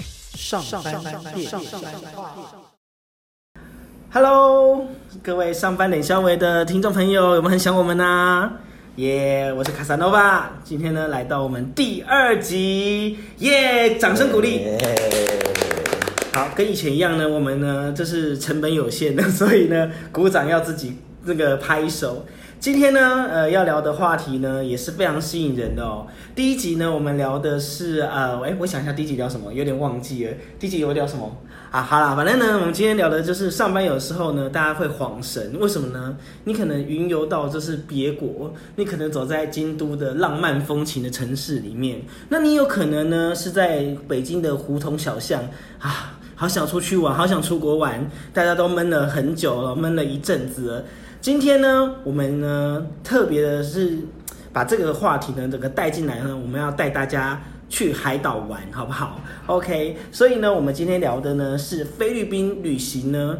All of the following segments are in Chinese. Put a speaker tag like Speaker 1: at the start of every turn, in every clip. Speaker 1: 上班变化。Hello，各位上班脸消维的听众朋友，有没有很想我们呢、耶、我是卡萨诺瓦，今天呢来到我们第二集，耶、掌声鼓励。好，跟以前一样呢，我们呢就是成本有限的， 所以呢鼓掌要自己那个拍手。今天呢，呃，要聊的话题呢也是非常吸引人的哦。第一集呢，我们聊的是呃，哎，我想一下，第一集聊什么？有点忘记了。第一集有聊什么？啊，好啦，反正呢，我们今天聊的就是上班有时候呢，大家会晃神，为什么呢？你可能云游到就是别国，你可能走在京都的浪漫风情的城市里面，那你有可能呢是在北京的胡同小巷啊，好想出去玩，好想出国玩，大家都闷了很久了，闷了一阵子了。今天呢，我们呢特别的是把这个话题呢整个带进来呢，我们要带大家去海岛玩，好不好？OK，所以呢，我们今天聊的呢是菲律宾旅行呢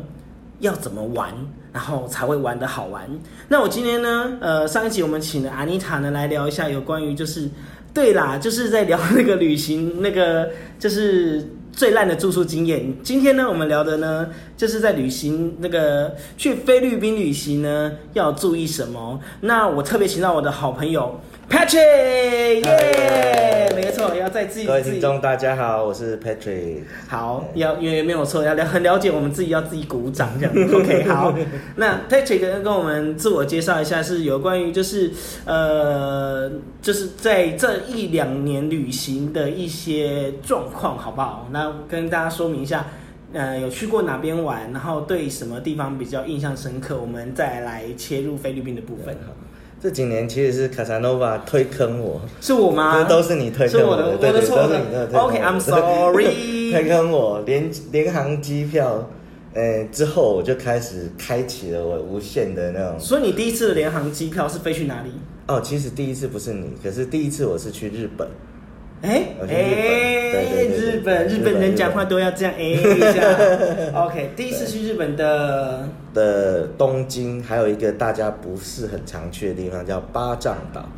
Speaker 1: 要怎么玩，然后才会玩的好玩。那我今天呢，呃，上一集我们请了阿妮塔呢来聊一下有关于就是，对啦，就是在聊那个旅行那个就是最烂的住宿经验。今天呢，我们聊的呢就是在旅行那个去菲律宾旅行呢要注意什么。那我特别请到我的好朋友 Patrick，耶、
Speaker 2: 嗨
Speaker 1: 没错，要在自己
Speaker 2: 各位
Speaker 1: 自己
Speaker 2: 听众，大家好，我是 Patrick。
Speaker 1: 好，要也没有错，要了很了解我们自己，要自己鼓掌这样。OK，好，那 Patrick 跟跟我们自我介绍一下，是有关于就是呃，就是在这一两年旅行的一些状况，好不好？那跟大家说明一下，呃，有去过哪边玩，然后对什么地方比较印象深刻，我们再来切入菲律宾的部分。
Speaker 2: 这几年其实是 Casanova 推坑我，
Speaker 1: 是我吗？
Speaker 2: 这都是你推
Speaker 1: 啊是
Speaker 2: 坑
Speaker 1: 我的
Speaker 2: 的，
Speaker 1: 我
Speaker 2: 对
Speaker 1: 的
Speaker 2: 对，
Speaker 1: 错
Speaker 2: 都是你推坑我的
Speaker 1: OK，I'm sorry
Speaker 2: 推坑我，联联航机票，呃，之后我就开始开启了我无限的那种。
Speaker 1: 所以你第一次的联航机票是飞去哪里？
Speaker 2: 哦，其实第一次不是你，可是第一次我是去日本，
Speaker 1: 哎
Speaker 2: 我去日本
Speaker 1: 哎，
Speaker 2: 对对对
Speaker 1: 日本
Speaker 2: 日
Speaker 1: 日
Speaker 2: 本
Speaker 1: 本人
Speaker 2: 日本
Speaker 1: 讲话都要这样哎一 下。OK，第一次去日本的
Speaker 2: 的东京，还有一个大家不是很常去的地方叫八丈岛，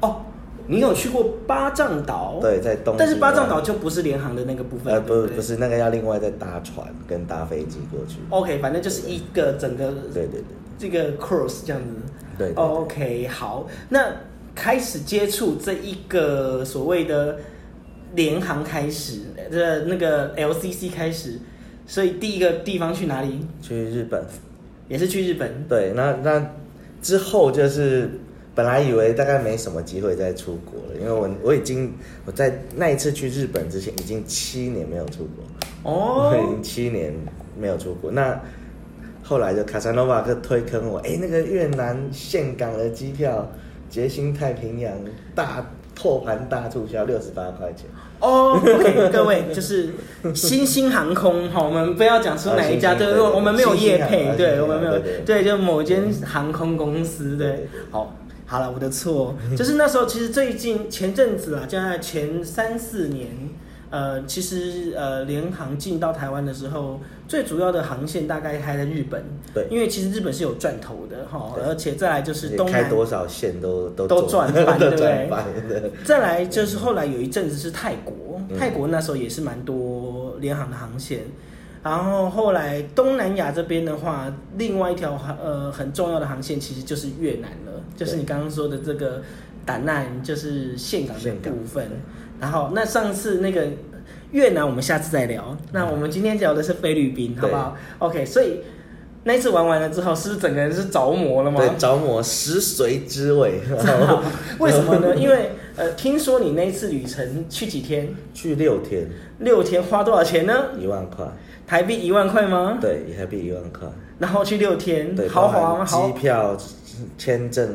Speaker 1: 哦，你有去过八丈岛？
Speaker 2: 对，，在东京。
Speaker 1: 哦但是八丈岛就不是联航的那个部分，
Speaker 2: 呃，
Speaker 1: 对
Speaker 2: 不
Speaker 1: 对
Speaker 2: 不。是那个要另外再搭船跟搭飞机过去。
Speaker 1: OK，反正就是一个整个
Speaker 2: 对对对
Speaker 1: 这个 cruise 这样子。
Speaker 2: 对对对
Speaker 1: 哦 OK，好，那开始接触这一个所谓的联航开始，呃，那个 LCC 开始，所以第一个地方去哪里？
Speaker 2: 去日本，
Speaker 1: 也是去日本。
Speaker 2: 对，那那之后就是本来以为大概没什么机会再出国了，因为我我已经我在那一次去日本之前已经七年没有出国，
Speaker 1: 哦，
Speaker 2: 我已经七年没有出国。那后来就卡萨诺瓦克推坑我，哎、那个越南岘港的机票，捷星太平洋大拓盘大促销六十八块钱，
Speaker 1: 哦、o k 各位，就是新兴航空哈，我们不要讲出哪一家，
Speaker 2: 啊
Speaker 1: 对，
Speaker 2: 新兴
Speaker 1: 因为我们没有业
Speaker 2: 新兴
Speaker 1: 配，
Speaker 2: 啊
Speaker 1: 对
Speaker 2: 新兴
Speaker 1: 我们没有
Speaker 2: 对对，
Speaker 1: 对，就某间航空公司，
Speaker 2: 对
Speaker 1: 对
Speaker 2: 对，
Speaker 1: 好，好了，我的 错，就是那时候，其实最近前阵子啊，将在前三四年。呃，其实呃，联航进到台湾的时候，最主要的航线大概还在日本，
Speaker 2: 对
Speaker 1: 因为其实日本是有赚头的哈，
Speaker 2: 对
Speaker 1: 而且再来就是东
Speaker 2: 开
Speaker 1: 南
Speaker 2: 多少线都都
Speaker 1: 都
Speaker 2: 赚
Speaker 1: 赚翻对
Speaker 2: 都
Speaker 1: 不对
Speaker 2: 赚翻的。
Speaker 1: 再来就是后来有一阵子是泰国，
Speaker 2: 嗯
Speaker 1: 泰国那时候也是蛮多联航的航线，然后后来东南亚这边的话，另外一条航呃很重要的航线其实就是越南了，就是你刚刚说的这个达难，就是岘港的
Speaker 2: 岘港
Speaker 1: 部分。然后那上次那个越南我们下次再聊，那我们今天聊的是菲律宾，好不好？OK，所以那一次玩完了之后，是不是整个人是着魔了吗？
Speaker 2: 对，着魔食髓知味。
Speaker 1: 为什么呢？因为呃，听说你那一次旅程去几天？
Speaker 2: 去六天，
Speaker 1: 六天花多少钱呢？
Speaker 2: 一万块，
Speaker 1: 台币一万块吗？
Speaker 2: 对，也还比一万块。
Speaker 1: 然后去六天
Speaker 2: 对，，
Speaker 1: 嗯豪
Speaker 2: 包
Speaker 1: 华吗？
Speaker 2: 含
Speaker 1: 豪
Speaker 2: 机票、签证、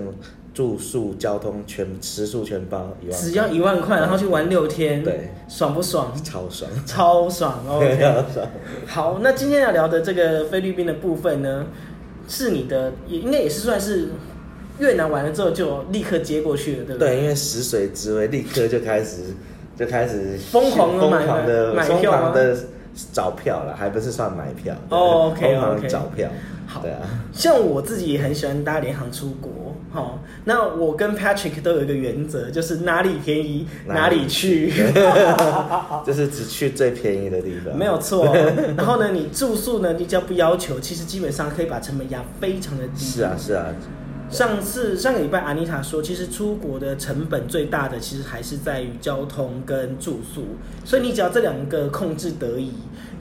Speaker 2: 住宿、交通全食宿全包，一万
Speaker 1: 只要一万块，然后去玩六天，
Speaker 2: 对，
Speaker 1: 爽不爽？
Speaker 2: 超爽。
Speaker 1: 超 爽哦
Speaker 2: 超
Speaker 1: ，OK。
Speaker 2: 爽
Speaker 1: 好，那今天要聊的这个菲律宾的部分呢，是你的，也应该也是算是越南完了之后就立刻接过去了，对不对？
Speaker 2: 对，因为食髓知味，立刻就开始就开始
Speaker 1: 疯狂地
Speaker 2: 疯
Speaker 1: 买
Speaker 2: 狂的
Speaker 1: 买
Speaker 2: 疯
Speaker 1: 票吗
Speaker 2: 狂的找票了，还不是算买票
Speaker 1: 哦，OK，
Speaker 2: 疯狂
Speaker 1: OK
Speaker 2: 地找票。
Speaker 1: 好
Speaker 2: 对，啊，
Speaker 1: 像我自己也很喜欢搭联航出国，哦，那我跟 Patrick 都有一个原则，就是哪里便宜哪
Speaker 2: 哪
Speaker 1: 里
Speaker 2: 里
Speaker 1: 去，
Speaker 2: 啊就是只去最便宜的地 方，
Speaker 1: 没有错。哦然后呢，你住宿呢，你只要不要求，其实基本上可以把成本压非常的低。
Speaker 2: 是啊，是啊，
Speaker 1: 上次上个礼拜，安妮塔说，其实出国的成本最大的其实还是在于交通跟住宿，所以你只要这两个控制得宜，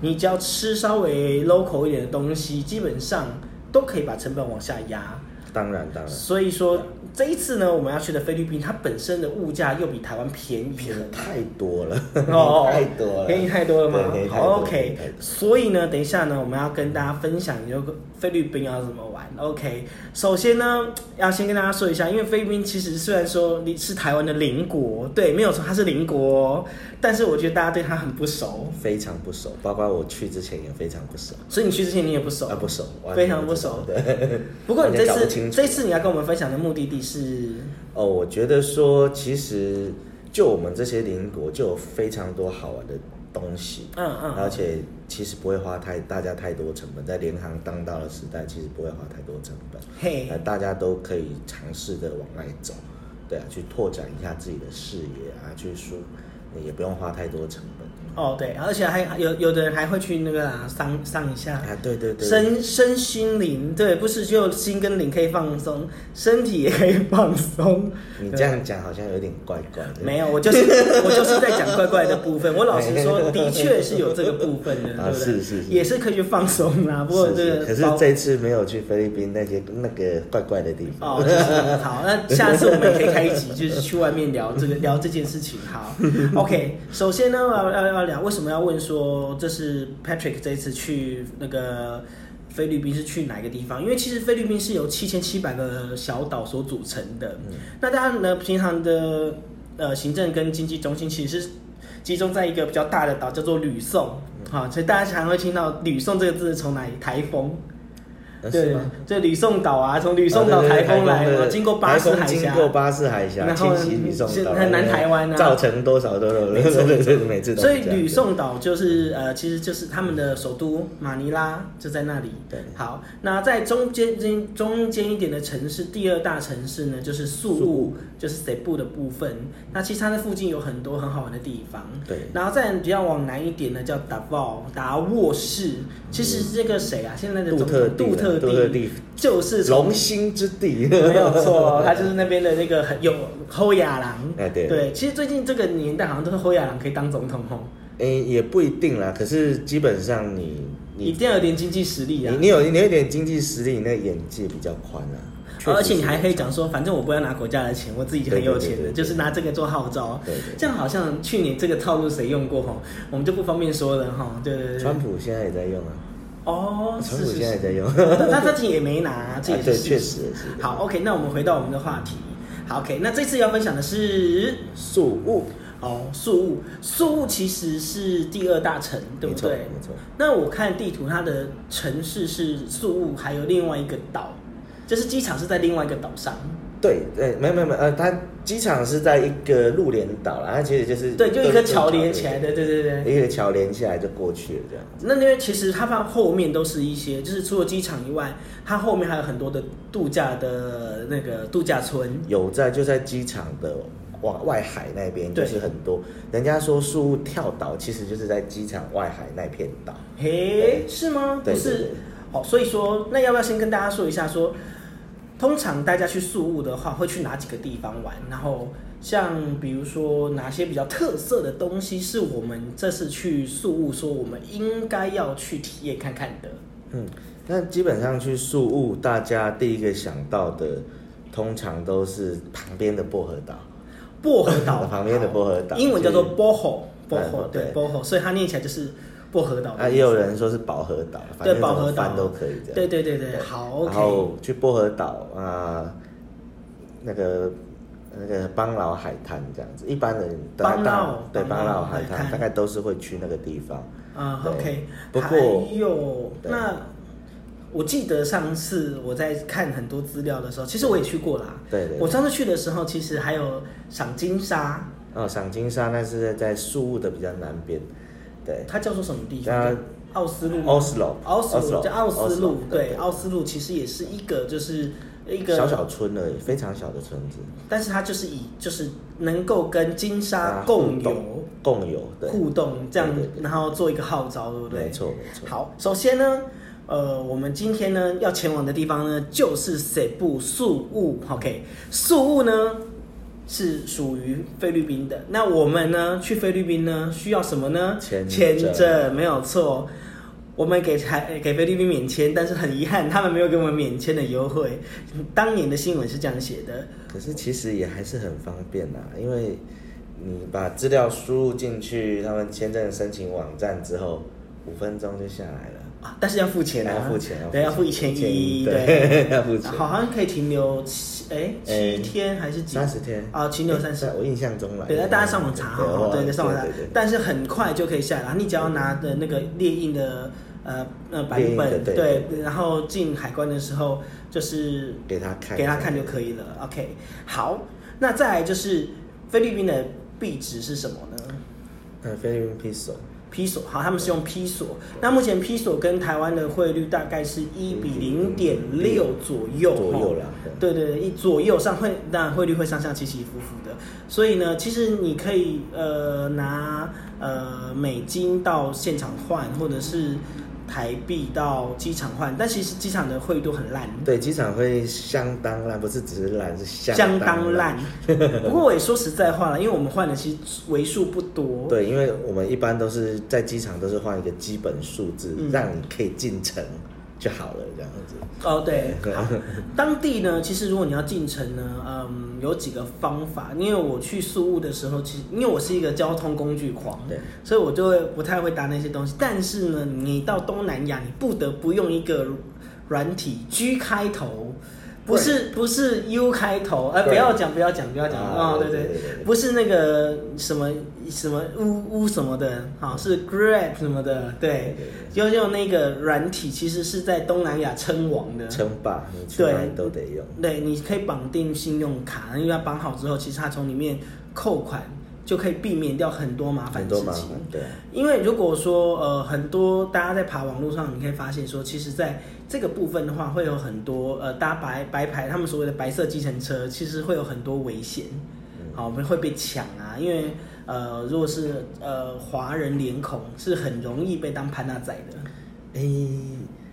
Speaker 1: 你只要吃稍微 local 一点的东西，基本上都可以把成本往下压。
Speaker 2: 当然当然，
Speaker 1: 所以说这一次呢，我们要去的菲律宾，它本身的物价又比台湾便宜了。
Speaker 2: 太多了，
Speaker 1: 哦，
Speaker 2: 太多了，
Speaker 1: 便宜太多了吗
Speaker 2: 对便宜？太多
Speaker 1: 好
Speaker 2: 了便宜
Speaker 1: ，OK
Speaker 2: 太。多
Speaker 1: 所以呢，等一下呢，我们要跟大家分享有个菲律宾要怎么玩。OK，首先呢，要先跟大家说一下，因为菲律宾其实虽然说你是台湾的邻国，对，没有错，它是邻国哦，但是我觉得大家对它很不熟，
Speaker 2: 非常不熟，包括我去之前也非常不熟，
Speaker 1: 所以你去之前你也不熟
Speaker 2: 啊。不熟，完全
Speaker 1: 非常不熟
Speaker 2: 对，
Speaker 1: 不过你这
Speaker 2: 完全嗯搞不
Speaker 1: 次
Speaker 2: 清楚
Speaker 1: 这次你要跟我们分享的目的地是，
Speaker 2: 哦，我觉得说其实就我们这些邻国就有非常多好玩的东西，
Speaker 1: 嗯
Speaker 2: 而
Speaker 1: 嗯，
Speaker 2: 且其实不会花太大家太多成本，在联航当道的时代，其实不会花太多成本。
Speaker 1: 嘿
Speaker 2: 呃，，大家都可以尝试的往外走，对啊，去拓展一下自己的视野啊，去说也不用花太多成本
Speaker 1: 哦对，而且还有有的人还会去那个啊上上一下。
Speaker 2: 啊，对对对，
Speaker 1: 身身心灵，对，不是只有心跟灵可以放松，身体也可以放松。
Speaker 2: 你这样讲好像有点怪怪的，
Speaker 1: 没有，我就是 我就是在讲怪怪的部分。我老实 说，的确是有这个部分的，
Speaker 2: 啊
Speaker 1: 对不对？
Speaker 2: 是是是
Speaker 1: 也是可以去放松啦。不过
Speaker 2: 是
Speaker 1: 这
Speaker 2: 是
Speaker 1: 个
Speaker 2: 可
Speaker 1: 包
Speaker 2: 是这次没有去菲律宾那些那个怪怪的地方，
Speaker 1: 哦，就是好，那下次我们也可以开一集，就是去外面聊这个聊这件事情。好，OK，首先呢，要要要聊为什么要问说，这是 Patrick 这一次去那个。菲律宾是去哪个地方？因为其实菲律宾是由七千七百个小岛所组成的。那大家呢，平常的呃行政跟经济中心其实是集中在一个比较大的岛，叫做吕宋。好、所以大家常会听到吕宋这个字是从哪里？台风。
Speaker 2: 呃是
Speaker 1: 啊对
Speaker 2: 吗？，
Speaker 1: 这吕宋岛啊，从吕宋岛
Speaker 2: 啊对
Speaker 1: 台
Speaker 2: 对对
Speaker 1: 风来，
Speaker 2: 对对
Speaker 1: 然后
Speaker 2: 对
Speaker 1: 经过巴士
Speaker 2: 台风
Speaker 1: 海峡
Speaker 2: 经，过巴士海峡，
Speaker 1: 然后
Speaker 2: 侵袭吕宋
Speaker 1: 是
Speaker 2: 岛，
Speaker 1: 很南
Speaker 2: 然后
Speaker 1: 台湾啊
Speaker 2: 造成多少多少，对 对对，每次都
Speaker 1: 所以
Speaker 2: 是这样嗯
Speaker 1: 吕宋岛就是呃，其实就是他们的首都马尼拉就在那里。
Speaker 2: 对
Speaker 1: 好，那在中间中中间一点的城市，第二大城市呢就是宿
Speaker 2: 宿
Speaker 1: 务
Speaker 2: 务，
Speaker 1: 就是塞布的部分。那其实它那附近有很多很好玩的地方。
Speaker 2: 对
Speaker 1: 然后再比较往南一点呢，叫达沃达沃市。其实这个谁啊？现在的
Speaker 2: 嗯杜
Speaker 1: 总
Speaker 2: 特
Speaker 1: 统
Speaker 2: 地
Speaker 1: 杜特
Speaker 2: 啊杜特地
Speaker 1: 就是从
Speaker 2: 龙兴之地，
Speaker 1: 没有错，他就是那边的那个很有侯亚郎。
Speaker 2: 哎对
Speaker 1: 其实最近这个年代好像都是侯亚郎可以当总统哦，
Speaker 2: 诶、哎也不一定啦。可是基本上你
Speaker 1: 一
Speaker 2: 你
Speaker 1: 定要有点经济实力
Speaker 2: 你
Speaker 1: 啊。
Speaker 2: 你有你有一点经济实力，你那眼界比较宽啊。确实
Speaker 1: 而且你
Speaker 2: 是
Speaker 1: 还可以讲说，反正我不要拿国家的钱，我自己很有钱
Speaker 2: 对对
Speaker 1: 的，
Speaker 2: 对对
Speaker 1: 就是拿这个做号召。
Speaker 2: 对对
Speaker 1: 这样好像去年这个套路谁用过吼，我们就不方便说了吼。对对对。
Speaker 2: 川普现在也在用啊，
Speaker 1: 哦，
Speaker 2: 川
Speaker 1: 是
Speaker 2: 普
Speaker 1: 是
Speaker 2: 现在也
Speaker 1: 是，
Speaker 2: 在用。
Speaker 1: 但他自己也没 拿，这也
Speaker 2: 啊
Speaker 1: 是
Speaker 2: 对
Speaker 1: 事实
Speaker 2: 确实也是
Speaker 1: 好，OK，那我们回到我们的话题。好，OK，那这次要分享的是
Speaker 2: 宿物，
Speaker 1: 哦，宿务，宿务其实是第二大城，对
Speaker 2: 没
Speaker 1: 不
Speaker 2: 错
Speaker 1: 对？
Speaker 2: 没错。
Speaker 1: 那我看地图，它的城市是宿务，还有另外一个岛，就是机场是在另外一个岛上。
Speaker 2: 对，对，没有没有没有，呃，它机场是在一个陆联岛啦，它其实就是
Speaker 1: 对，就一个桥连起
Speaker 2: 起
Speaker 1: 来
Speaker 2: 来
Speaker 1: 的，对对对。
Speaker 2: 一个桥连起来就过去了这样。
Speaker 1: 那因为其实它放后面都是一些，就是除了机场以外，它后面还有很多的度假的那个度假村。
Speaker 2: 有在就在机场的往外海那边，
Speaker 1: 对
Speaker 2: 就是很多人家说宿务跳岛，其实就是在机场外海那片岛。
Speaker 1: 嘿，是吗？不
Speaker 2: 对对
Speaker 1: 是
Speaker 2: 对。
Speaker 1: 哦，所以说，那要不要先跟大家说一下说通常大家去宿务的话，会去哪几个地方玩？然后像比如说哪些比较特色的东西，是我们这次去宿务说我们应该要去体验看看的。
Speaker 2: 嗯，那基本上去宿务，大家第一个想到的，通常都是旁边的薄荷岛，
Speaker 1: 薄荷岛
Speaker 2: 旁边的薄荷 岛
Speaker 1: 英文叫做
Speaker 2: 就是
Speaker 1: boho 薄荷，
Speaker 2: 嗯
Speaker 1: 对
Speaker 2: 对
Speaker 1: boho，所以它念起来就是薄荷岛的意思。
Speaker 2: 啊，也有人说是饱和岛，反
Speaker 1: 对
Speaker 2: 正
Speaker 1: 薄
Speaker 2: 怎
Speaker 1: 荷
Speaker 2: 么
Speaker 1: 岛
Speaker 2: 翻都可以这样。
Speaker 1: 对对对对，好
Speaker 2: 然后
Speaker 1: ，OK，
Speaker 2: 去薄荷岛啊、那个那个邦劳海滩这样子，一般人大
Speaker 1: 邦
Speaker 2: 大
Speaker 1: 劳
Speaker 2: 对
Speaker 1: 邦
Speaker 2: 邦
Speaker 1: 劳
Speaker 2: 劳海
Speaker 1: 海滩
Speaker 2: 滩大概都是会去那个地方。
Speaker 1: 啊
Speaker 2: 对
Speaker 1: ，OK，
Speaker 2: 不
Speaker 1: 还
Speaker 2: 过
Speaker 1: 有
Speaker 2: 对
Speaker 1: 那。我记得上次我在看很多资料的时候，其实我也去过啦。
Speaker 2: 对对对
Speaker 1: 我上次去的时候，其实还有赏金沙，
Speaker 2: 哦，赏金沙那是在宿务的比较南边，对，
Speaker 1: 它叫做什么地
Speaker 2: 那
Speaker 1: 方？奥斯陆吗
Speaker 2: Oslo，
Speaker 1: 奥斯陆
Speaker 2: Oslo，
Speaker 1: 叫奥斯陆
Speaker 2: Oslo，，
Speaker 1: 对，
Speaker 2: 对
Speaker 1: 奥斯陆其实也是一个就是一个
Speaker 2: 小小村而已，非常小的村子。
Speaker 1: 但是它就是以就是能够跟金沙
Speaker 2: 啊
Speaker 1: 共
Speaker 2: 互
Speaker 1: 游、
Speaker 2: 动共有，对，
Speaker 1: 互动这样
Speaker 2: 对对，对
Speaker 1: 然后做一个号召，对不对？
Speaker 2: 没错没错。
Speaker 1: 好，首先呢，呃，我们今天呢要前往的地方呢就是塞布宿务，OK，宿务呢是属于菲律宾的。那我们呢去菲律宾呢需要什么呢？
Speaker 2: 签证
Speaker 1: 证，没有错。我们给台给菲律宾免签，但是很遗憾，他们没有给我们免签的优惠。当年的新闻是这样写的，
Speaker 2: 可是其实也还是很方便啦，因为你把资料输入进去他们签证申请网站之后，五分钟就下来了。
Speaker 1: 啊，但是要付钱啊，
Speaker 2: 要付钱，
Speaker 1: 对，要付一千一，对，
Speaker 2: 对，要付钱，
Speaker 1: 好像可以停留七哎
Speaker 2: 哎
Speaker 1: 七天还是几
Speaker 2: 三十天
Speaker 1: 啊，停留三十
Speaker 2: 哎，我印象中来，
Speaker 1: 对，那大家上网查哈，对对，上网查
Speaker 2: 对对，对
Speaker 1: 但是很快就可以下来，你只要拿的那个列印的呃呃版
Speaker 2: 列印的
Speaker 1: 本，
Speaker 2: 对
Speaker 1: 对，然后进海关的时候就是
Speaker 2: 给他看，
Speaker 1: 给他看就可以了。OK，好，那再来就是菲律宾的币值是什么呢？
Speaker 2: 嗯，菲律宾 p e s o
Speaker 1: 批索，好，他们是用批索。那目前批索跟台湾的汇率大概是一比零点六左右，
Speaker 2: 左右啦
Speaker 1: 哦对对对，一左右上会，那汇率会上下起起伏伏的。所以呢，其实你可以呃拿呃美金到现场换，或者是台币到机场换，但其实机场的汇率都很 烂，
Speaker 2: 对，机场会相当烂，不是只是烂，是
Speaker 1: 相
Speaker 2: 当
Speaker 1: 当。烂。不过我也说实在话了，因为我们换的其实为数不多，
Speaker 2: 对，因为我们一般都是在机场都是换一个基本数字，
Speaker 1: 嗯
Speaker 2: 让你可以进城就好了，这样子。
Speaker 1: 哦，对，好，当地呢，其实如果你要进城呢，嗯，有几个方法。因为我去宿务的时候，其实因为我是一个交通工具狂，
Speaker 2: 对，
Speaker 1: 所以我就会不太会搭那些东西。但是呢，你到东南亚，你不得不用一个软体 G 开头。不是不是 U 开头，呃，
Speaker 2: 对
Speaker 1: 不要讲不要讲不要讲
Speaker 2: 啊
Speaker 1: 哦，对
Speaker 2: 对
Speaker 1: 对
Speaker 2: 对对对，
Speaker 1: 不是那个什么什么乌乌什么的，好是 Grab 什么的，对
Speaker 2: 对对，
Speaker 1: 就用那个软体，其实是在东南亚称王的，
Speaker 2: 称霸，你去哪里都得用。
Speaker 1: 对，你可以绑定信用卡，因为它绑好之后，其实它从里面扣款就可以避免掉很多麻烦
Speaker 2: 很
Speaker 1: 事
Speaker 2: 多麻
Speaker 1: 情
Speaker 2: 烦。，对啊，
Speaker 1: 因为如果说呃很多大家在爬网络上，你可以发现说，其实在这个部分的话，会有很多呃搭白白牌，他们所谓的白色计程车，其实会有很多危险，好、我们会被抢啊，因为呃如果是呃华人脸孔，是很容易被当潘娜仔的。
Speaker 2: 哎、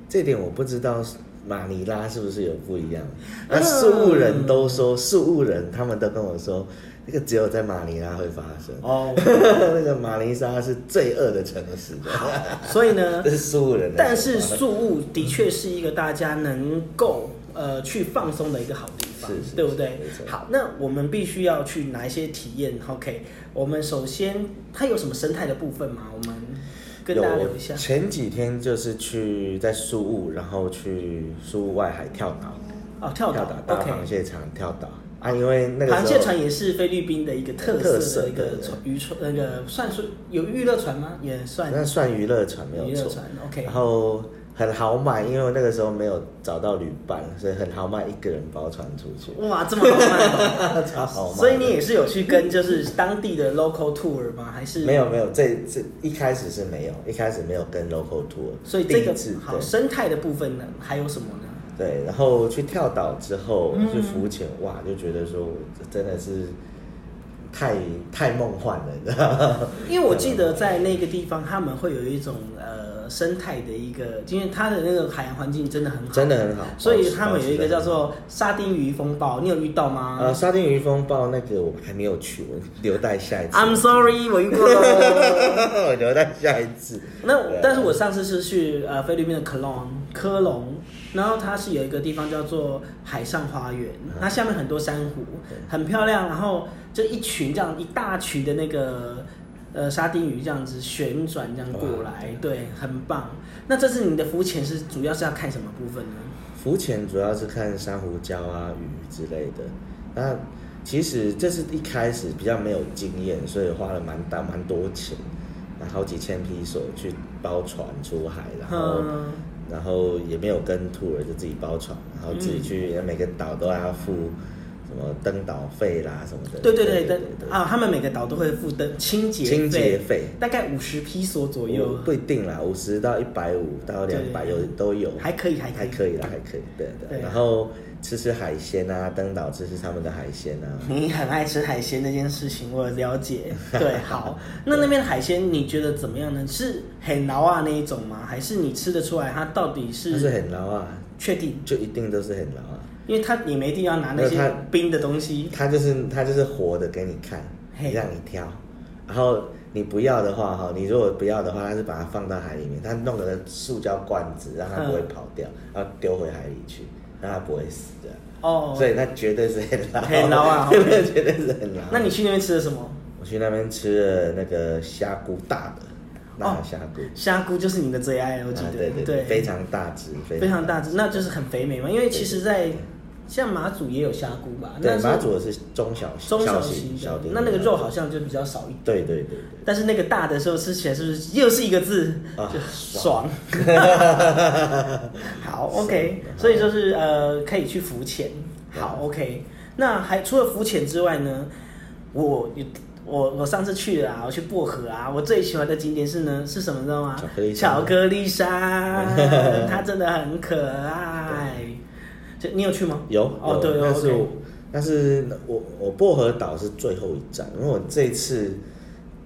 Speaker 2: 这点我不知道马尼拉是不是有不一样。
Speaker 1: 嗯
Speaker 2: 那事务人都说，事务人他们都跟我说，那个只有在马尼拉会发生。
Speaker 1: 哦，
Speaker 2: 那个马尼拉是罪恶的城市，
Speaker 1: 所以呢
Speaker 2: 这，是事务人的
Speaker 1: 啊但
Speaker 2: 想
Speaker 1: 是
Speaker 2: 法
Speaker 1: 宿务的确是一个大家能够呃去放松的一个好地方，
Speaker 2: 是是
Speaker 1: 对不对
Speaker 2: 是没？错
Speaker 1: 好，那我们必须要去哪一些体验？OK，我们首先它有什么生态的部分吗？我们跟大家
Speaker 2: 有
Speaker 1: 聊一下。
Speaker 2: 前几天就是去在宿务，然后去宿务外海跳岛，
Speaker 1: 哦，跳岛
Speaker 2: 大
Speaker 1: OK，
Speaker 2: 螃蟹场跳岛啊，因为那个时候
Speaker 1: 螃蟹船也是菲律宾的一个特色
Speaker 2: 特色
Speaker 1: 的一个
Speaker 2: 对对
Speaker 1: 船渔船，那个算是有娱乐船吗？也算
Speaker 2: 那算娱乐船没有
Speaker 1: 娱乐
Speaker 2: 错。
Speaker 1: 船，OK
Speaker 2: 然。后很豪迈，因为我那个时候没有找到旅伴，所以很豪迈，一个人包船出去，
Speaker 1: 哇，这么好看哦、
Speaker 2: 超豪迈。
Speaker 1: 所以你也是有去跟就是当地的 local tour 吗？还是
Speaker 2: 没有没有，这这一开始是没有，一开始没有跟 local tour，
Speaker 1: 所以这
Speaker 2: 第
Speaker 1: 个
Speaker 2: 一次
Speaker 1: 好生态的部分呢，还有什么呢？
Speaker 2: 对对，然后去跳岛之后、
Speaker 1: 嗯
Speaker 2: 去浮潜，哇，就觉得说真的是太太梦幻了，你知道吗？
Speaker 1: 因为我记得在那个地方，他们会有一种呃生态的一个，因为它的那个海洋环境真的很好，
Speaker 2: 真的很好。
Speaker 1: 所以
Speaker 2: 保持
Speaker 1: 他们有一个
Speaker 2: 保持得
Speaker 1: 叫
Speaker 2: 很好
Speaker 1: 做沙丁鱼风暴，你有遇到吗、
Speaker 2: 呃沙丁鱼风暴那个我还没有去，我留待下一次。
Speaker 1: i m sorry，我遇过 了。
Speaker 2: 我留待下一次。
Speaker 1: 那
Speaker 2: 对啊
Speaker 1: 但是我上次是去呃菲律宾的科隆科隆，然后它是有一个地方叫做海上花园，
Speaker 2: 嗯
Speaker 1: 它下面很多珊瑚，很漂亮。然后就一群这样一大群的那个呃沙丁鱼这样子旋转这样过来，对，很棒。那这次你的浮潜是主要是要看什么部分呢？
Speaker 2: 浮潜主要是看珊瑚礁啊、鱼之类的。那其实这是一开始比较没有经验，所以花了蛮大蛮多钱，那好几千披索去包船出海，然后、
Speaker 1: 嗯，
Speaker 2: 然后也没有跟 tour 就自己包船，然后自己去每个岛都要付什么登岛费啦什么的。
Speaker 1: 对对对对啊，他们每个岛都会付的清洁
Speaker 2: 清洁费
Speaker 1: 大概五十披索左右
Speaker 2: 我，不一定啦，五十到一百五到两百有都有，
Speaker 1: 还可以还可以
Speaker 2: 还可以啦，还可以，对
Speaker 1: 对啊
Speaker 2: 对。然后吃吃海鲜啊，登岛吃吃他们的海鲜啊。
Speaker 1: 你很爱吃海鲜这件事情，我了 解。对，好，那那边的海鲜你觉得怎么样呢？是很牢啊那一种吗？还是你吃得出来它到底
Speaker 2: 但是
Speaker 1: 是
Speaker 2: 很牢啊，
Speaker 1: 确定？
Speaker 2: 就一定都是很牢啊。
Speaker 1: 因为它你没一定要拿那
Speaker 2: 没有
Speaker 1: 些
Speaker 2: 它
Speaker 1: 冰的东西，
Speaker 2: 他就是他就是活的给你看，
Speaker 1: 嗯嘿
Speaker 2: 让你挑，然后你不要的话哈，你如果不要的话，他是把它放到海里面，他弄个塑胶罐子让它不
Speaker 1: 嗯
Speaker 2: 会跑掉，然后丢回海里去，让它不会死的。
Speaker 1: 哦
Speaker 2: 所。以那绝对是很老，
Speaker 1: 很老啊
Speaker 2: 那 绝对是很老。
Speaker 1: 那你去那边吃的什么？
Speaker 2: 我去那边吃了那个虾菇大的，大虾菇，
Speaker 1: 虾菇就是你的最爱了，我记
Speaker 2: 啊
Speaker 1: 得。
Speaker 2: 对对，非常大只，
Speaker 1: 非常大只，那就是很肥美嘛。因为其实在，像马祖也有虾菇吧，
Speaker 2: 对
Speaker 1: 那，是
Speaker 2: 马祖的是中小
Speaker 1: 中小
Speaker 2: 型
Speaker 1: 型
Speaker 2: 小
Speaker 1: 的
Speaker 2: 丁，，
Speaker 1: 那那个肉，好像就比较少一点。
Speaker 2: 对对对对。
Speaker 1: 但是那个大的时候吃起来是不是又是一个字？
Speaker 2: 啊
Speaker 1: 就爽。 好，OK，
Speaker 2: 爽
Speaker 1: 所以就是呃，可以去浮潜。
Speaker 2: 对
Speaker 1: 好，OK。那还除了浮潜之外呢，我我我上次去了啊，我去薄荷啊，我最喜欢的景点是呢是什么？你知道吗
Speaker 2: 巧克力？山
Speaker 1: 巧克力山， 它真的很可爱。就你有去吗？
Speaker 2: 有
Speaker 1: 哦，
Speaker 2: 有
Speaker 1: 对，
Speaker 2: 但是
Speaker 1: OK
Speaker 2: 我但是我我薄荷岛是最后一站，因为我这次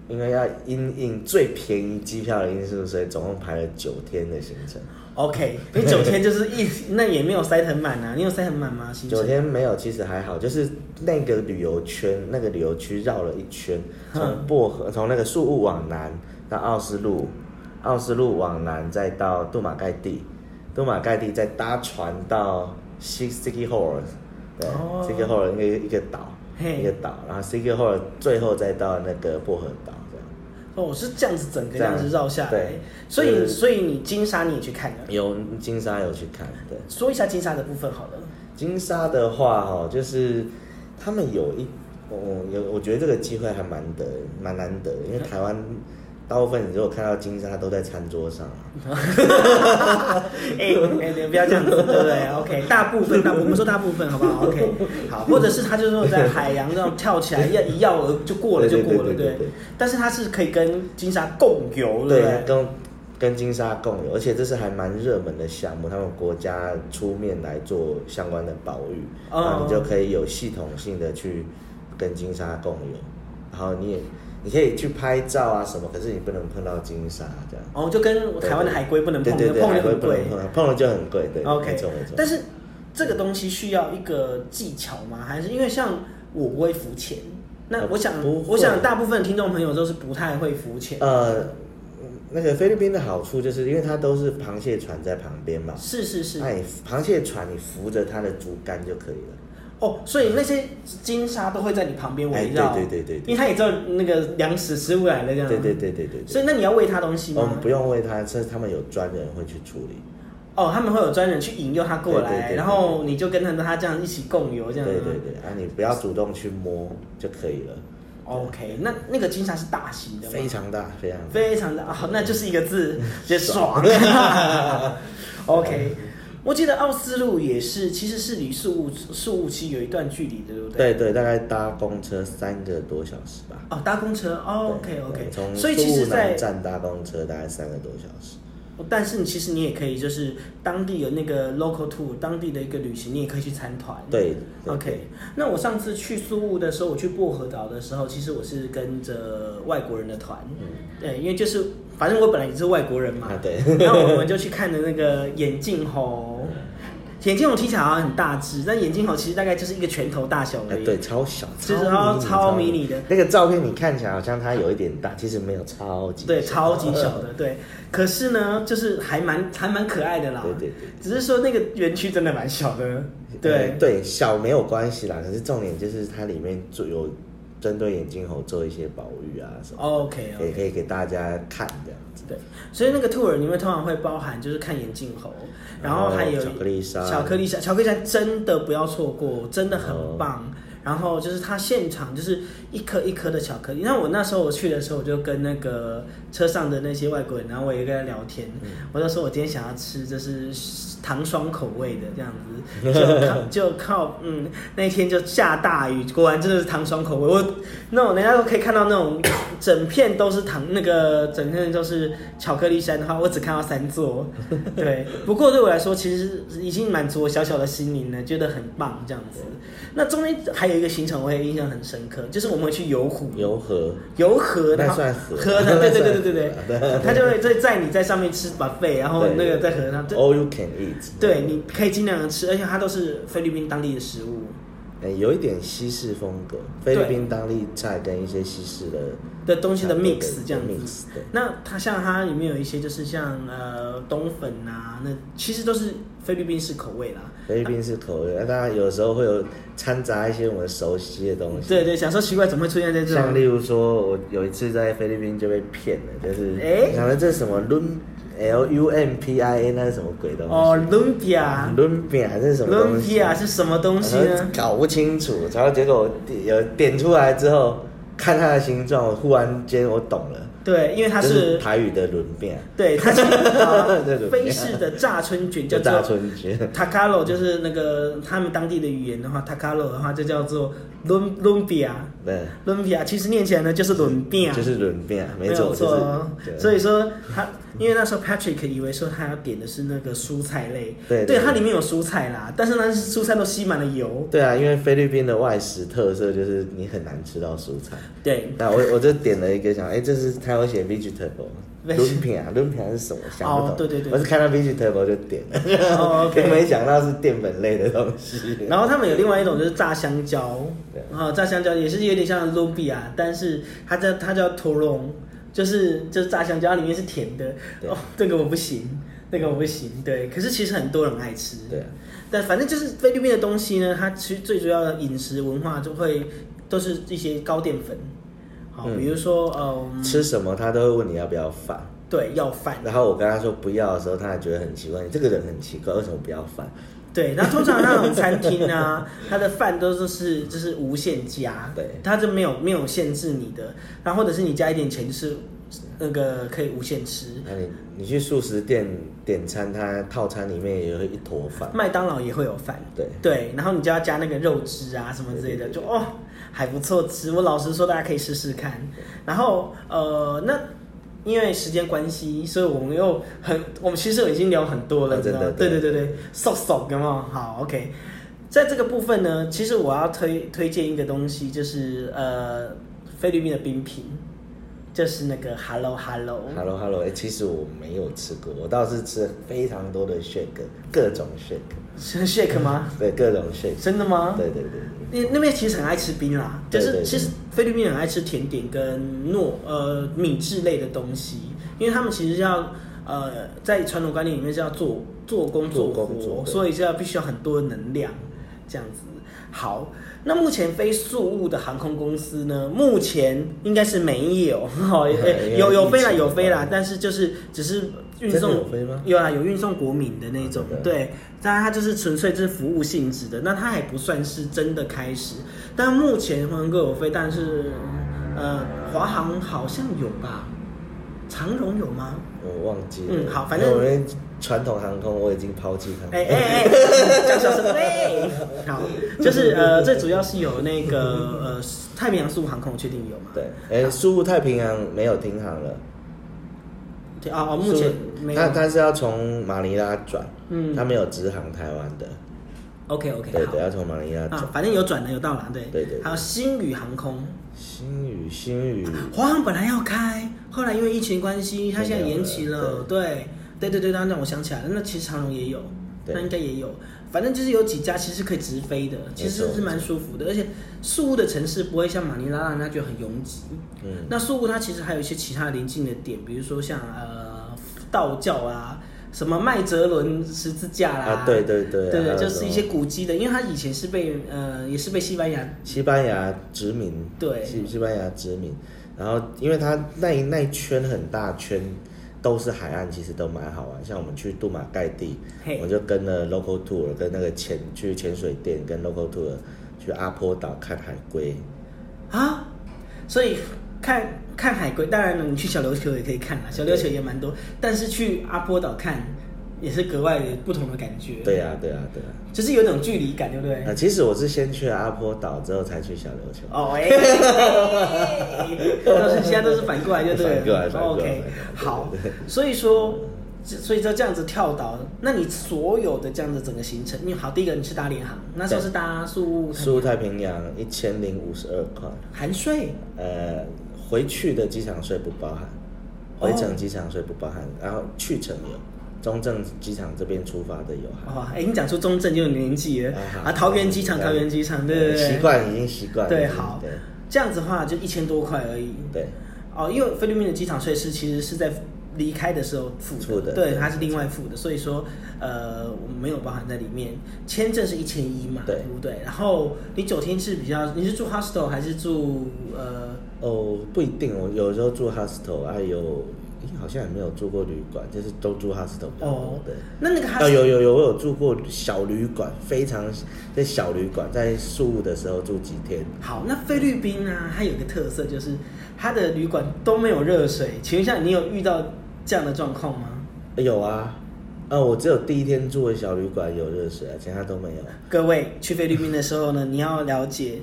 Speaker 2: 因为要因应最便宜机票的因素，所以总共排了九天的行程，
Speaker 1: OK，因为九天就是一，那也没有塞很满啊。你有塞很满吗？行程
Speaker 2: 九天没有其实还好，就是那个旅游圈那个旅游区绕了一圈，从
Speaker 1: 嗯
Speaker 2: 薄荷从那个宿雾往南到奥斯陆，奥斯陆往南再到杜马盖地，杜马盖地再搭船到西 Sticky Hole，对、
Speaker 1: 哦
Speaker 2: s t i c k y Hole 那个一个岛。
Speaker 1: 嘿
Speaker 2: 一个岛，然后 C Q 后来最后再到那个薄荷岛这样。
Speaker 1: 哦，是这样子整个这样子绕下来
Speaker 2: 对，
Speaker 1: 所
Speaker 2: 就
Speaker 1: 以
Speaker 2: 是
Speaker 1: 所以你金沙你也去看了，
Speaker 2: 有金沙有去看，对
Speaker 1: 说一下金沙的部分好了。
Speaker 2: 金沙的话哈、哦，就是他们有一，我有我觉得这个机会还蛮得蛮难得的，因为台湾大部分你如果看到金沙都在餐桌上啊，
Speaker 1: 哎、哎，你不要这样子，对不对？OK，大部分大部分，我们说大部分好不好？OK，好，或者是他就是说在海洋这样跳起来，要一跃而就过了就
Speaker 2: 对
Speaker 1: 过了，
Speaker 2: 对对对对
Speaker 1: 对。但是它是可以跟金沙共游，对不
Speaker 2: 对，
Speaker 1: 对？
Speaker 2: 跟跟金沙共有，而且这是还蛮热门的项目，他们国家出面来做相关的保育，
Speaker 1: 哦
Speaker 2: 然后你就可以有系统性的去跟金沙共有，然后你也你可以去拍照啊什么，可是你不能碰到金沙这样。
Speaker 1: 哦，就跟台湾的海龟不能碰，
Speaker 2: 对对对，
Speaker 1: 碰
Speaker 2: 海
Speaker 1: 了
Speaker 2: 龟
Speaker 1: 很
Speaker 2: 不
Speaker 1: 贵
Speaker 2: 能。碰，碰了就很贵，对
Speaker 1: OK，
Speaker 2: 没错没错。
Speaker 1: 但是这个东西需要一个技巧吗？还是因为像我不会浮潜，那
Speaker 2: 呃
Speaker 1: 我想、
Speaker 2: 不会
Speaker 1: 我想大部分听众朋友都是不太会浮潜。
Speaker 2: 呃，那个菲律宾的好处就是因为它都是螃蟹船在旁边嘛，
Speaker 1: 是是是，
Speaker 2: 那你螃蟹船你扶着它的竹竿就可以了。
Speaker 1: 哦，所以那些金沙都会在你旁边围绕，
Speaker 2: 哎对对对对
Speaker 1: 因
Speaker 2: 对
Speaker 1: 为它也知道那个粮食食物来了这样，
Speaker 2: 对对，对对对对。
Speaker 1: 所以那你要喂它东西
Speaker 2: 我
Speaker 1: 吗
Speaker 2: 们？不用喂它，是他们有专人会去处理。
Speaker 1: 哦，他们会有专人去引诱它过来，
Speaker 2: 对对对对
Speaker 1: 然后你就跟着它这样一起共游这样
Speaker 2: 对
Speaker 1: 吗。
Speaker 2: 对对，啊，你不要主动去摸就可以了。
Speaker 1: OK，那那个金沙是大型的吗？
Speaker 2: 非常大，非常大。
Speaker 1: 非常的啊、那就是一个字，
Speaker 2: 嗯
Speaker 1: 就爽。OK，我记得奥斯陆也是，其实是离宿雾宿雾期有一段距离的，对不对？
Speaker 2: 对对，大概搭公车三个多小时吧。
Speaker 1: 哦，搭公车、哦、
Speaker 2: 对
Speaker 1: ，OK
Speaker 2: 对
Speaker 1: OK，
Speaker 2: 从
Speaker 1: 所以其实
Speaker 2: 苏南
Speaker 1: 在，
Speaker 2: 站搭公车大概三个多小时。
Speaker 1: 但是你其实你也可以就是当地有那个 local tour，当地的一个旅行，你也可以去参团。
Speaker 2: 对对
Speaker 1: OK，那我上次去苏雾的时候，我去薄荷岛的时候，其实我是跟着外国人的团，
Speaker 2: 嗯
Speaker 1: 对，因为就是反正我本来也是外国人嘛，
Speaker 2: 啊对
Speaker 1: 然后我们就去看的那个眼镜猴，眼镜猴听起来好像很大只，但眼镜猴其实大概就是一个拳头大小
Speaker 2: 哎
Speaker 1: 而已，，
Speaker 2: 对，超小，
Speaker 1: 就是
Speaker 2: 超
Speaker 1: 超超迷你的
Speaker 2: 那个照片你看起来好像它有一点大，其实没有，超级
Speaker 1: 对，
Speaker 2: 小
Speaker 1: 超级小的，对，可是呢，就是还蛮还蛮可爱的啦，
Speaker 2: 对对对
Speaker 1: 只是说那个园区真的蛮小的，对
Speaker 2: 呃，对，小没有关系啦，可是重点就是它里面做有针对眼镜猴做一些保育啊什么，
Speaker 1: ，OK
Speaker 2: 也
Speaker 1: OK。
Speaker 2: 可以给大家看这样子。
Speaker 1: 对，所以那个 tour 里面通常会包含就是看眼镜猴，然后还有
Speaker 2: 然后巧克力沙嗯
Speaker 1: 巧克力沙，巧克力沙真的不要错过，真的很棒。然后就是它现场就是一颗一颗的巧克力。那我那时候我去的时候，我就跟那个车上的那些外国人，然后我也跟他聊天，
Speaker 2: 嗯
Speaker 1: 我就说我今天想要吃就是糖霜口味的这样 子，就靠就靠嗯那一天就下大雨，果然真的是糖霜口味。我那种人家都可以看到那种 整片都是糖，那个整片都是巧克力山的话，我只看到三 座。对，不过对我来说，其实已经满足我小小的心灵了，觉得很棒这样子。那中间还有一个行程我也印象很深刻，就是我们会去游湖。
Speaker 2: 游河，
Speaker 1: 游河，
Speaker 2: 那
Speaker 1: 然后
Speaker 2: 算河
Speaker 1: 河的，对对对对对
Speaker 2: 那算
Speaker 1: 对，他就会在在你在上面吃 buffet，然后
Speaker 2: 对
Speaker 1: 那个在河上，对
Speaker 2: all you can eat，
Speaker 1: 对，你可以尽量的吃，而且它都是菲律宾当地的食物。
Speaker 2: 哎，有一点西式风格，菲律宾当地菜跟一些西式的
Speaker 1: 的东西的 mix
Speaker 2: 啊对
Speaker 1: 这样子。
Speaker 2: mix，对
Speaker 1: 那它像它里面有一些就是像呃冬粉啊，那其实都是菲律宾式口味啦。
Speaker 2: 菲律宾是口味，那当然有时候会有掺杂一些我们熟悉的东西。
Speaker 1: 对对，想说奇怪怎么会出现在这
Speaker 2: 像例
Speaker 1: 种？
Speaker 2: 如说，我有一次在菲律宾就被骗了，就是
Speaker 1: 哎
Speaker 2: 想说这是什么 lum l u m p i a 那是什么鬼东西？
Speaker 1: 哦，lumpia，
Speaker 2: ，lumpia 这是什么东西
Speaker 1: lumpia 是什么东西
Speaker 2: 然
Speaker 1: 呢
Speaker 2: 后？搞不清楚，然后结果我点有点出来之后，看它的形状，我忽然间我懂了，
Speaker 1: 对，因为它。
Speaker 2: 就是台语的轮变，
Speaker 1: 对，它 是呃
Speaker 2: 这种
Speaker 1: 菲式的炸春卷，叫
Speaker 2: 就大
Speaker 1: 做
Speaker 2: 春节。
Speaker 1: takalo，就是那个他们当地的语言的话，takalo 的话就叫做 lum lumpia。
Speaker 2: 对，
Speaker 1: lumpia 其实念起来呢就是轮变，
Speaker 2: 就是轮变，
Speaker 1: 没
Speaker 2: 没错，
Speaker 1: 有错哦
Speaker 2: 就是。对
Speaker 1: 所以说他，因为那时候 Patrick 以为说他要点的是那个蔬菜类，
Speaker 2: 对对
Speaker 1: 它里面有蔬菜啦，但是呢，蔬菜都吸满了油。
Speaker 2: 对啊，因为菲律宾的外食特色就是你很难吃到蔬菜。
Speaker 1: 对，
Speaker 2: 那我我就点了一个想，哎、这是它有写 vegetable，
Speaker 1: Veg-
Speaker 2: 轮片啊，轮片是什么？想不懂。
Speaker 1: 哦对对对
Speaker 2: 我是看到 vegetable 就点了，
Speaker 1: 哦，OK
Speaker 2: 没想到是淀粉类的东 西。
Speaker 1: 然后他们有另外一种就是炸香蕉
Speaker 2: 对，
Speaker 1: 然后炸香蕉也是有点像 l u b i 啊，但是它叫它叫 t o r o n 就是就是炸香蕉，它里面是甜的。
Speaker 2: 对
Speaker 1: 哦，这个我不行，那个我不行。对，可是其实很多人爱吃。
Speaker 2: 对啊，
Speaker 1: 但反正就是菲律宾的东西呢，它其实最主要的饮食文化就会都是一些高淀粉，好，
Speaker 2: 嗯
Speaker 1: 比如说嗯，
Speaker 2: 吃什么他都会问你要不要饭。
Speaker 1: 对，要饭，
Speaker 2: 然后我跟他说不要的时候，他还觉得很奇怪，你这个人很奇怪，为什么不要饭？
Speaker 1: 对，那通常那种餐厅啊， 它的饭都是就是无限加，
Speaker 2: 对
Speaker 1: 它就没有没有限制你的，然后或者是你加一点钱是那个可以无限吃，
Speaker 2: 那你你去素食店点餐，他套餐里面也有一坨饭。
Speaker 1: 麦当劳也会有饭，
Speaker 2: 对
Speaker 1: 对，然后你就要加那个肉汁啊什么之类的，就哦还不错吃。我老实说，大家可以试试看。然后呃，那因为时间关系，所以我们又很，我们其实已经聊很多了，
Speaker 2: 啊
Speaker 1: 你知道吗？对
Speaker 2: 真
Speaker 1: 对
Speaker 2: 的
Speaker 1: 对对，瘦瘦有没有？好，OK。在这个部分呢，其实我要推推荐一个东西，就是呃菲律宾的冰品，就是那个 Hello Hello。
Speaker 2: Hello Hello，哎、其实我没有吃过，我倒是吃了非常多的 shake，各种 shake，
Speaker 1: 是 shake 吗？
Speaker 2: 对，各种 shake，
Speaker 1: 真的吗？
Speaker 2: 对对对对。
Speaker 1: 那那边其实很爱吃冰啦，就
Speaker 2: 对对
Speaker 1: 是
Speaker 2: 对
Speaker 1: 其实菲律宾人很爱吃甜点跟糯呃米制类的东西，因为他们其实要呃在传统观念里面是要做做工
Speaker 2: 做
Speaker 1: 活，
Speaker 2: 工做对
Speaker 1: 所以是要必须要很多的能量这样子。好，那目前飞宿务的航空公司呢，目前应该是没有， 哦
Speaker 2: 对因为
Speaker 1: 有有飞啦
Speaker 2: 疫情
Speaker 1: 有飞
Speaker 2: 嘛
Speaker 1: 啦，但是就是只是运
Speaker 2: 真的
Speaker 1: 送
Speaker 2: 有飞吗
Speaker 1: 有啊，有运送国民的那种
Speaker 2: 啊真，的
Speaker 1: 对，当然它就是纯粹就是服务性质的，那它还不算是真的开始。但目前环哥有飞，但是呃，华航好像有吧，长荣有吗？
Speaker 2: 我忘记了。
Speaker 1: 嗯好反正
Speaker 2: 因为我们传统航空我已经抛弃他们。
Speaker 1: 哎哎 哎，讲小声喂。好，就是 呃，最主要是有那个呃，太平洋速航空确定有嘛？
Speaker 2: 对，哎、输入太平洋没有停航了。
Speaker 1: 对啊，哦，目前没有
Speaker 2: 他。他是要从马尼拉转，
Speaker 1: 嗯
Speaker 2: 他没有直航台湾的，
Speaker 1: OK OK，
Speaker 2: 对
Speaker 1: 好
Speaker 2: 对，要从马尼拉转
Speaker 1: 啊，。反正有转的有到啦，对
Speaker 2: 对对对
Speaker 1: 还有星宇航空。
Speaker 2: 新宇，新宇，
Speaker 1: 华航本来要开，后来因为疫情关系，它现在延期了。对，对对对，那那我想起来了，那其实长荣也有，
Speaker 2: 对
Speaker 1: 那应该也有，反正就是有几家其实可以直飞的，其实是蛮舒服的，而且宿务的城市不会像马尼拉让人家觉得很拥挤。
Speaker 2: 嗯，
Speaker 1: 那宿务它其实还有一些其他邻近的点，比如说像呃道教啊，什么麦哲伦十字架啦，
Speaker 2: 啊，对对对，
Speaker 1: 对
Speaker 2: 还有
Speaker 1: 对，就
Speaker 2: 什
Speaker 1: 是
Speaker 2: 么
Speaker 1: 一些古迹的，因为它以前是被呃也是被西班牙
Speaker 2: 西班牙殖民，
Speaker 1: 对
Speaker 2: 西西班牙殖民，然后因为它那一那一圈很大圈。都是海岸，其实都蛮好玩。像我们去杜马盖地
Speaker 1: 嘿，
Speaker 2: 我就跟了 local tour，跟那个潜去潜水店，跟 local tour 去阿坡岛看海龟，
Speaker 1: 啊，所以看看海龟，当然了，你去小琉球也可以看啦，小琉球也蛮多，但是去阿波岛看也是格外不同的感觉，
Speaker 2: 对啊，对啊，对啊。
Speaker 1: 就是有种距离感，对不对
Speaker 2: 啊、？其实我是先去阿坡岛，之后才去小琉球。
Speaker 1: 哦，哎、欸，都是现在都是反过来就对了。哦
Speaker 2: 反过来反过来
Speaker 1: OK，
Speaker 2: 反过来
Speaker 1: 好
Speaker 2: 对对，
Speaker 1: 所以说，所以说这样子跳岛，那你所有的这样的整个行程，你好，第一个你是搭联航，那时候是搭宿
Speaker 2: 输太平洋一千零五十二块，
Speaker 1: 含税，
Speaker 2: 呃，回去的机场税不包含，
Speaker 1: 哦
Speaker 2: 回程机场税不包含，然后去程有，中正机场这边出发的有含。
Speaker 1: 哇，哎、你讲出中正就有年纪了啊，桃园机
Speaker 2: 嗯
Speaker 1: 场，桃园机场，对对对，
Speaker 2: 习惯已经习惯了。
Speaker 1: 对，好
Speaker 2: 对，
Speaker 1: 这样子的话就一千多块而已。
Speaker 2: 对，
Speaker 1: 哦，因为菲律宾的机场税是其实是在离开的时候付的，
Speaker 2: 付的
Speaker 1: 对，
Speaker 2: 对
Speaker 1: 它是另外付的，所以说呃我没有包含在里面。签证是一千一嘛，
Speaker 2: 对
Speaker 1: 不对？然后你九天是比较，你是住 hostel 还是住呃？
Speaker 2: 哦，不一定，我有时候住 hostel，还有，诶好像也没有住过旅馆，就是都住 hostel 比较
Speaker 1: 哦
Speaker 2: 多。对。，
Speaker 1: 那那个
Speaker 2: 啊，
Speaker 1: hostel
Speaker 2: 有有有，我有住过小旅馆，非常在小旅馆，在宿务的时候住几天。
Speaker 1: 好，那菲律宾啊，它有个特色就是它的旅馆都没有热水。请问一下，你有遇到这样的状况吗？
Speaker 2: 呃有啊，呃，我只有第一天住的小旅馆有热水啊，其他都没有。
Speaker 1: 各位去菲律宾的时候呢，你要了解，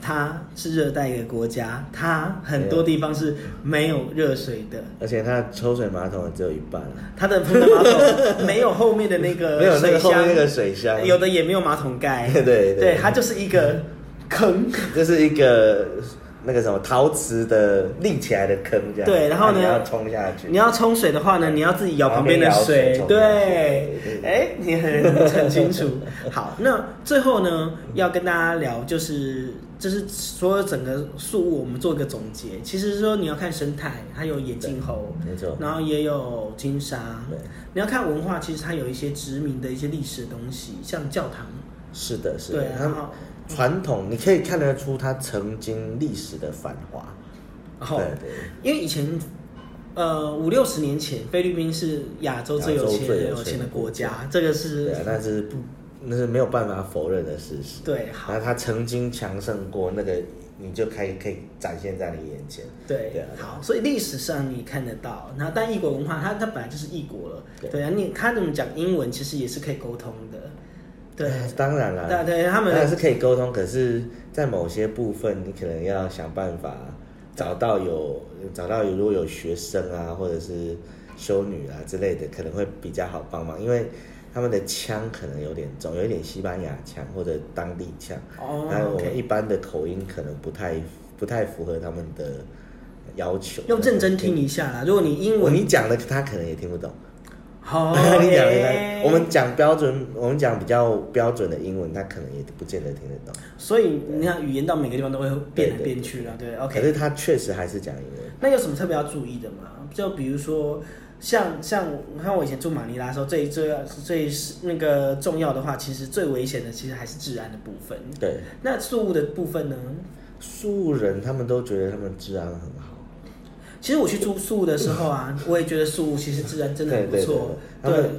Speaker 1: 它是热带一个国家，它很多地方是没有热水的，
Speaker 2: 而且它的抽水马桶也只有一半啊，
Speaker 1: 它的喷的马桶没有后面的那个
Speaker 2: 没有
Speaker 1: 呃
Speaker 2: 那
Speaker 1: 水
Speaker 2: 个后
Speaker 1: 箱，
Speaker 2: 面那个水箱，
Speaker 1: 有的也没有马桶盖，
Speaker 2: 对对
Speaker 1: 对，它就是一个坑。
Speaker 2: 这是一个那个什么陶瓷的立起来的坑，这样
Speaker 1: 对然后呢
Speaker 2: 你要冲下去，
Speaker 1: 你要冲水的话呢，你要自己舀旁边的水。
Speaker 2: 旁边舀
Speaker 1: 对
Speaker 2: 水冲，下
Speaker 1: 哎，你很很清楚。好，那最后呢，要跟大家聊就是。就是所有整个树屋，我们做一个总结。其实说你要看生态，还有野镜猴，
Speaker 2: 没错，
Speaker 1: 然后也有金沙
Speaker 2: 对。
Speaker 1: 你要看文化，其实它有一些殖民的一些历史的东西，像教堂。
Speaker 2: 是的，是的，
Speaker 1: 对，然
Speaker 2: 它
Speaker 1: 后
Speaker 2: 传统你可以看得出它曾经历史的繁华，
Speaker 1: 然后
Speaker 2: 对对。
Speaker 1: 因为以前，呃，五六十年前，菲律宾是亚洲最有
Speaker 2: 亚洲
Speaker 1: 钱、
Speaker 2: 最有
Speaker 1: 有钱
Speaker 2: 钱
Speaker 1: 的
Speaker 2: 的
Speaker 1: 国
Speaker 2: 国家
Speaker 1: 家，这个是
Speaker 2: 对啊，那是不，那是没有办法否认的事实。
Speaker 1: 对好
Speaker 2: 然后他曾经强盛过，那个你就可以可以展现在你眼前。
Speaker 1: 对，
Speaker 2: 对啊
Speaker 1: 好，所以历史上你看得到，然后但异国文化它它本来就是异国了，
Speaker 2: 对
Speaker 1: 对啊，你他怎么讲英文其实也是可以沟通的，对，
Speaker 2: 当然啦，
Speaker 1: 对对他们
Speaker 2: 当然是可以沟通，可是，在某些部分，你可能要想办法找到有找到有如果有学生啊，或者是修女啊之类的，可能会比较好帮忙，因为他们的腔可能有点重，有一点西班牙腔或者当地腔，
Speaker 1: 哦
Speaker 2: 然后我们
Speaker 1: OK
Speaker 2: 一般的口音可能不太不太符合他们的要求。
Speaker 1: 要认真听一下啦，如果你英
Speaker 2: 我
Speaker 1: 文
Speaker 2: 你讲的他可能也听不懂。，
Speaker 1: 好
Speaker 2: 你讲的
Speaker 1: 耶
Speaker 2: 他， 我们讲标准，我们讲比较标准的英文，他可能也不见得听得懂。
Speaker 1: 所以你看语言到每个地方都会变来
Speaker 2: 对对
Speaker 1: 变去了，对，OK，
Speaker 2: 可是他确实还是讲英文。
Speaker 1: 那有什么特别要注意的吗？就比如说，像像你看我以前住马尼拉的时候，最最最那个重要的话，其实最危险的其实还是治安的部分。
Speaker 2: 对，
Speaker 1: 那宿务的部分呢？
Speaker 2: 素人他们都觉得他们治安很好，
Speaker 1: 其实我去住宿的时候啊，我也觉得宿务其实治安真的很不
Speaker 2: 对对
Speaker 1: 错。
Speaker 2: 对对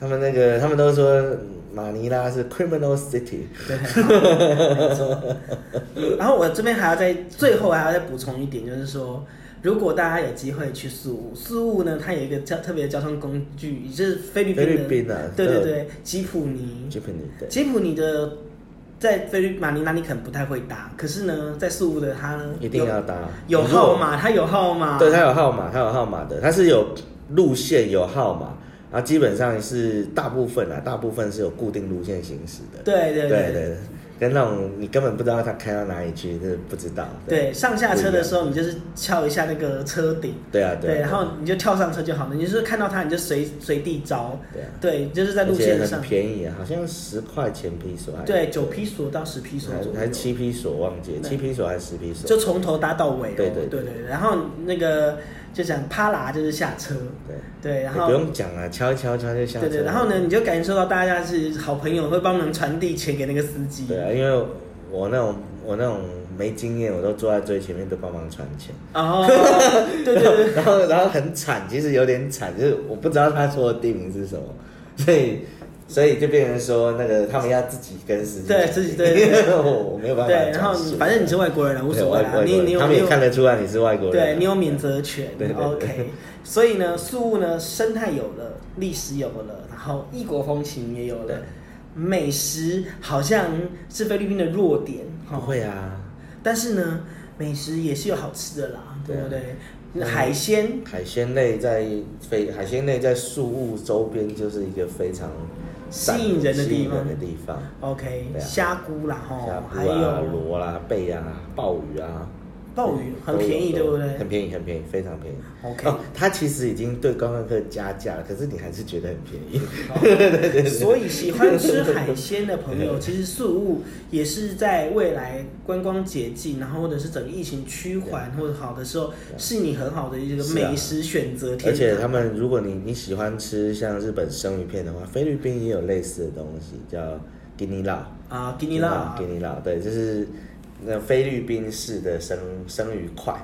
Speaker 2: 他们那个他们都说嗯马尼拉是 criminal city。
Speaker 1: 对，好没错然后我这边还要再最后还要再补充一点，就是说，如果大家有机会去宿务，宿务呢，它有一个交特别的交通工具，也就是菲律宾的，
Speaker 2: 菲律宾啊
Speaker 1: 对对
Speaker 2: 对
Speaker 1: 对，吉普尼，
Speaker 2: 基本你对，
Speaker 1: 吉普尼的在菲律马尼拉你可能不太会搭，可是呢，在宿务的它呢，
Speaker 2: 一定要搭
Speaker 1: 有有号码，它有号码，
Speaker 2: 对，它有号码，它有号码的，它是有路线有号码，然后基本上是大部分啊，大部分是有固定路线行驶的。
Speaker 1: 对对对
Speaker 2: 对对，跟那种你根本不知道它开到哪里去，这不知道。
Speaker 1: 对，上下车的时
Speaker 2: 候，
Speaker 1: 候你就是敲一下那个车顶，
Speaker 2: 对啊对啊
Speaker 1: 对，然后你就跳上车就好了，你就是看到它你就随随地招，
Speaker 2: 对啊，
Speaker 1: 对，就是在路
Speaker 2: 而
Speaker 1: 线
Speaker 2: 且
Speaker 1: 上
Speaker 2: 很，便宜啊，好像十块钱批索还
Speaker 1: 对，九批索到十批索左
Speaker 2: 还还
Speaker 1: 右。
Speaker 2: 七批索忘记了，七批索还是十批索？
Speaker 1: 就从头搭到尾哦，
Speaker 2: 对对
Speaker 1: 对
Speaker 2: 对
Speaker 1: 对，然后那个就讲啪啦就是下车，
Speaker 2: 对，
Speaker 1: 对，然后
Speaker 2: 也不用讲啊，敲一敲敲就下车
Speaker 1: 对
Speaker 2: 了。
Speaker 1: 对，然后呢，你就感受到大家是好朋友，会帮忙传递钱给那个司机。
Speaker 2: 对啊，因为我那种我那种没经验，我都坐在最前面，都帮忙传 钱。
Speaker 1: 哦，对对对，
Speaker 2: 然后然后很惨，其实有点惨，就是我不知道他说的地名是什么，所以所以就变成说那个他们要自己跟司机
Speaker 1: 对
Speaker 2: 讲
Speaker 1: 自己对对对
Speaker 2: 我我没有办法
Speaker 1: 对，
Speaker 2: 讲述。
Speaker 1: 然后你反正你是外国人啊了，无
Speaker 2: 对
Speaker 1: 所谓
Speaker 2: 外
Speaker 1: 啦
Speaker 2: 外。
Speaker 1: 你
Speaker 2: 国
Speaker 1: 你
Speaker 2: 人，
Speaker 1: 有
Speaker 2: 他
Speaker 1: 你
Speaker 2: 们也
Speaker 1: 有
Speaker 2: 看得出来你是外国人啊。
Speaker 1: 对你有免责权
Speaker 2: 对对对
Speaker 1: o k 所以呢，素物呢，生态有了，历史有了，然后异国风情也有了
Speaker 2: 对，
Speaker 1: 美食好像是菲律宾的弱点，哈
Speaker 2: 不会啊，
Speaker 1: 但是呢，美食也是有好吃的啦，对
Speaker 2: 对啊
Speaker 1: 不对？海鲜，
Speaker 2: 海鲜类在非海鲜类在树屋周边就是一个非常
Speaker 1: 吸引人的
Speaker 2: 吸
Speaker 1: 地
Speaker 2: 引
Speaker 1: 方
Speaker 2: 人的地方，
Speaker 1: OK，
Speaker 2: 嗯对啊
Speaker 1: 虾菇啦，哈、
Speaker 2: 虾
Speaker 1: 还
Speaker 2: 脯啊、
Speaker 1: 有
Speaker 2: 螺啦、贝啊、鲍鱼啊，
Speaker 1: 鲍鱼，
Speaker 2: 都
Speaker 1: 很
Speaker 2: 有
Speaker 1: 便宜，对
Speaker 2: 都
Speaker 1: 不
Speaker 2: 有
Speaker 1: 对
Speaker 2: 很便宜，很便宜，非常便宜。
Speaker 1: ？OK，、
Speaker 2: 哦，它其实已经对观光客加价了，可是你还是觉得很便宜。
Speaker 1: 所以喜欢吃海鲜的朋友，其实素物也是在未来观光解禁，然后或者是整个疫情趋缓或者好的时候，是你很好的一个
Speaker 2: 是啊
Speaker 1: 美食选择
Speaker 2: 而
Speaker 1: 天
Speaker 2: 且
Speaker 1: 堂。
Speaker 2: 他们，如果你你喜欢吃像日本生鱼片的话，菲律宾也有类似的东西，叫吉尼拉。
Speaker 1: 啊，给你啦
Speaker 2: 给，你啦，对，就是那菲律宾式的生生鱼块，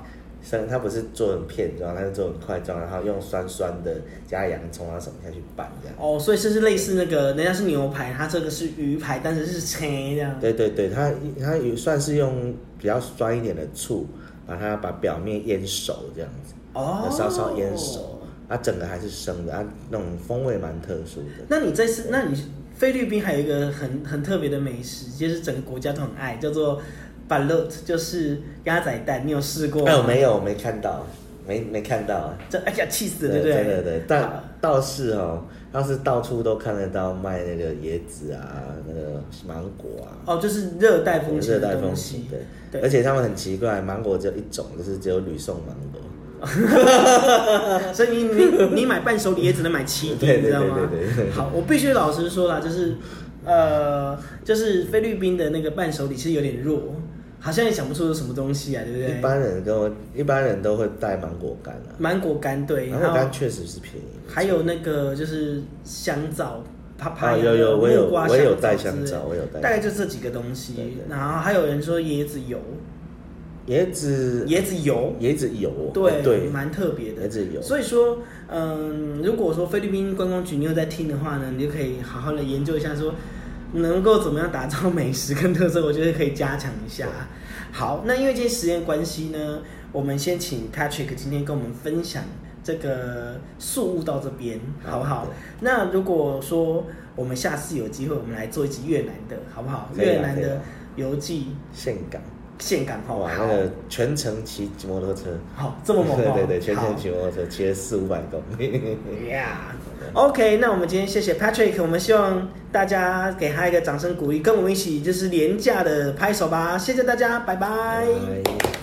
Speaker 2: 生它不是做成片状，它是做成块状，然后用酸酸的加洋葱啊什么下去拌这样。
Speaker 1: 哦，所以这是类似那个人家是牛排，它这个是鱼排，但是是切这样。
Speaker 2: 对对对，它它也算是用比较酸一点的醋，把它把表面腌熟这样子，
Speaker 1: 哦，
Speaker 2: 稍稍腌熟，它整个还是生的，它那种风味蛮特殊的。
Speaker 1: 那你这次，那你菲律宾还有一个很很特别的美食，就是整个国家都很爱，叫做 balut，就是鸭仔蛋。你有试过吗？
Speaker 2: 哎，我没有，我没看到，没没看到啊。
Speaker 1: 这哎呀，气死了，
Speaker 2: 对
Speaker 1: 对不对？
Speaker 2: 对对，但倒是哦，倒是到处都看得到卖那个椰子啊，那个芒果啊，
Speaker 1: 哦，就是热带风情
Speaker 2: 热带
Speaker 1: 的东
Speaker 2: 风情
Speaker 1: 西。
Speaker 2: 对。
Speaker 1: 对
Speaker 2: 而且他们很奇怪，芒果只有一种，就是只有吕宋芒果。
Speaker 1: 所以你你你买伴手礼也只能买七滴，
Speaker 2: 对对
Speaker 1: 你知道吗？
Speaker 2: 对对对对
Speaker 1: 好，我必须老实说啦，就是呃，就是菲律宾的那个伴手礼其实有点弱，好像也想不出什么东西啊，对不
Speaker 2: 一
Speaker 1: 对？
Speaker 2: 般人跟我一般人都会带芒果干啊，
Speaker 1: 芒果干对，
Speaker 2: 芒
Speaker 1: 然
Speaker 2: 果
Speaker 1: 后
Speaker 2: 干确实是便宜。
Speaker 1: 还有那个就是香皂。啪啪、
Speaker 2: 啊有有我有
Speaker 1: 木瓜
Speaker 2: 我有
Speaker 1: 香
Speaker 2: 带
Speaker 1: 之类
Speaker 2: 香皂我有带
Speaker 1: 大概就这几个东西。
Speaker 2: 对对
Speaker 1: 然后还有人说椰子油，
Speaker 2: 椰子
Speaker 1: 椰子油，
Speaker 2: 椰子油哦
Speaker 1: 对
Speaker 2: 哎对
Speaker 1: 蛮特别的，
Speaker 2: 椰子油
Speaker 1: 所以说，嗯，如果说菲律宾观光局你有在听的话呢，你就可以好好的研究一下说，能够怎么样打造美食跟特色，我觉得可以加强一下。好，那因为今天时间关系呢，我们先请 Patrick 今天跟我们分享这个素物到这边，
Speaker 2: 好
Speaker 1: 好不好
Speaker 2: 对？
Speaker 1: 那如果说我们下次有机会，我们来做一集越南的，好不好？
Speaker 2: 可以啊
Speaker 1: 越南
Speaker 2: 可以
Speaker 1: 的
Speaker 2: 啊
Speaker 1: 游记
Speaker 2: 岘港。
Speaker 1: 岘港，好不
Speaker 2: 哇，
Speaker 1: 好
Speaker 2: 那？个全程骑摩托车，
Speaker 1: 好，这么猛、哦，
Speaker 2: 对对对，全
Speaker 1: 好
Speaker 2: 程骑摩托车，骑了四五百公里。
Speaker 1: Yeah，OK，、那我们今天谢谢 Patrick，我们希望大家给他一个掌声鼓励，跟我们一起就是廉价的拍手吧，谢谢大家，拜拜
Speaker 2: 拜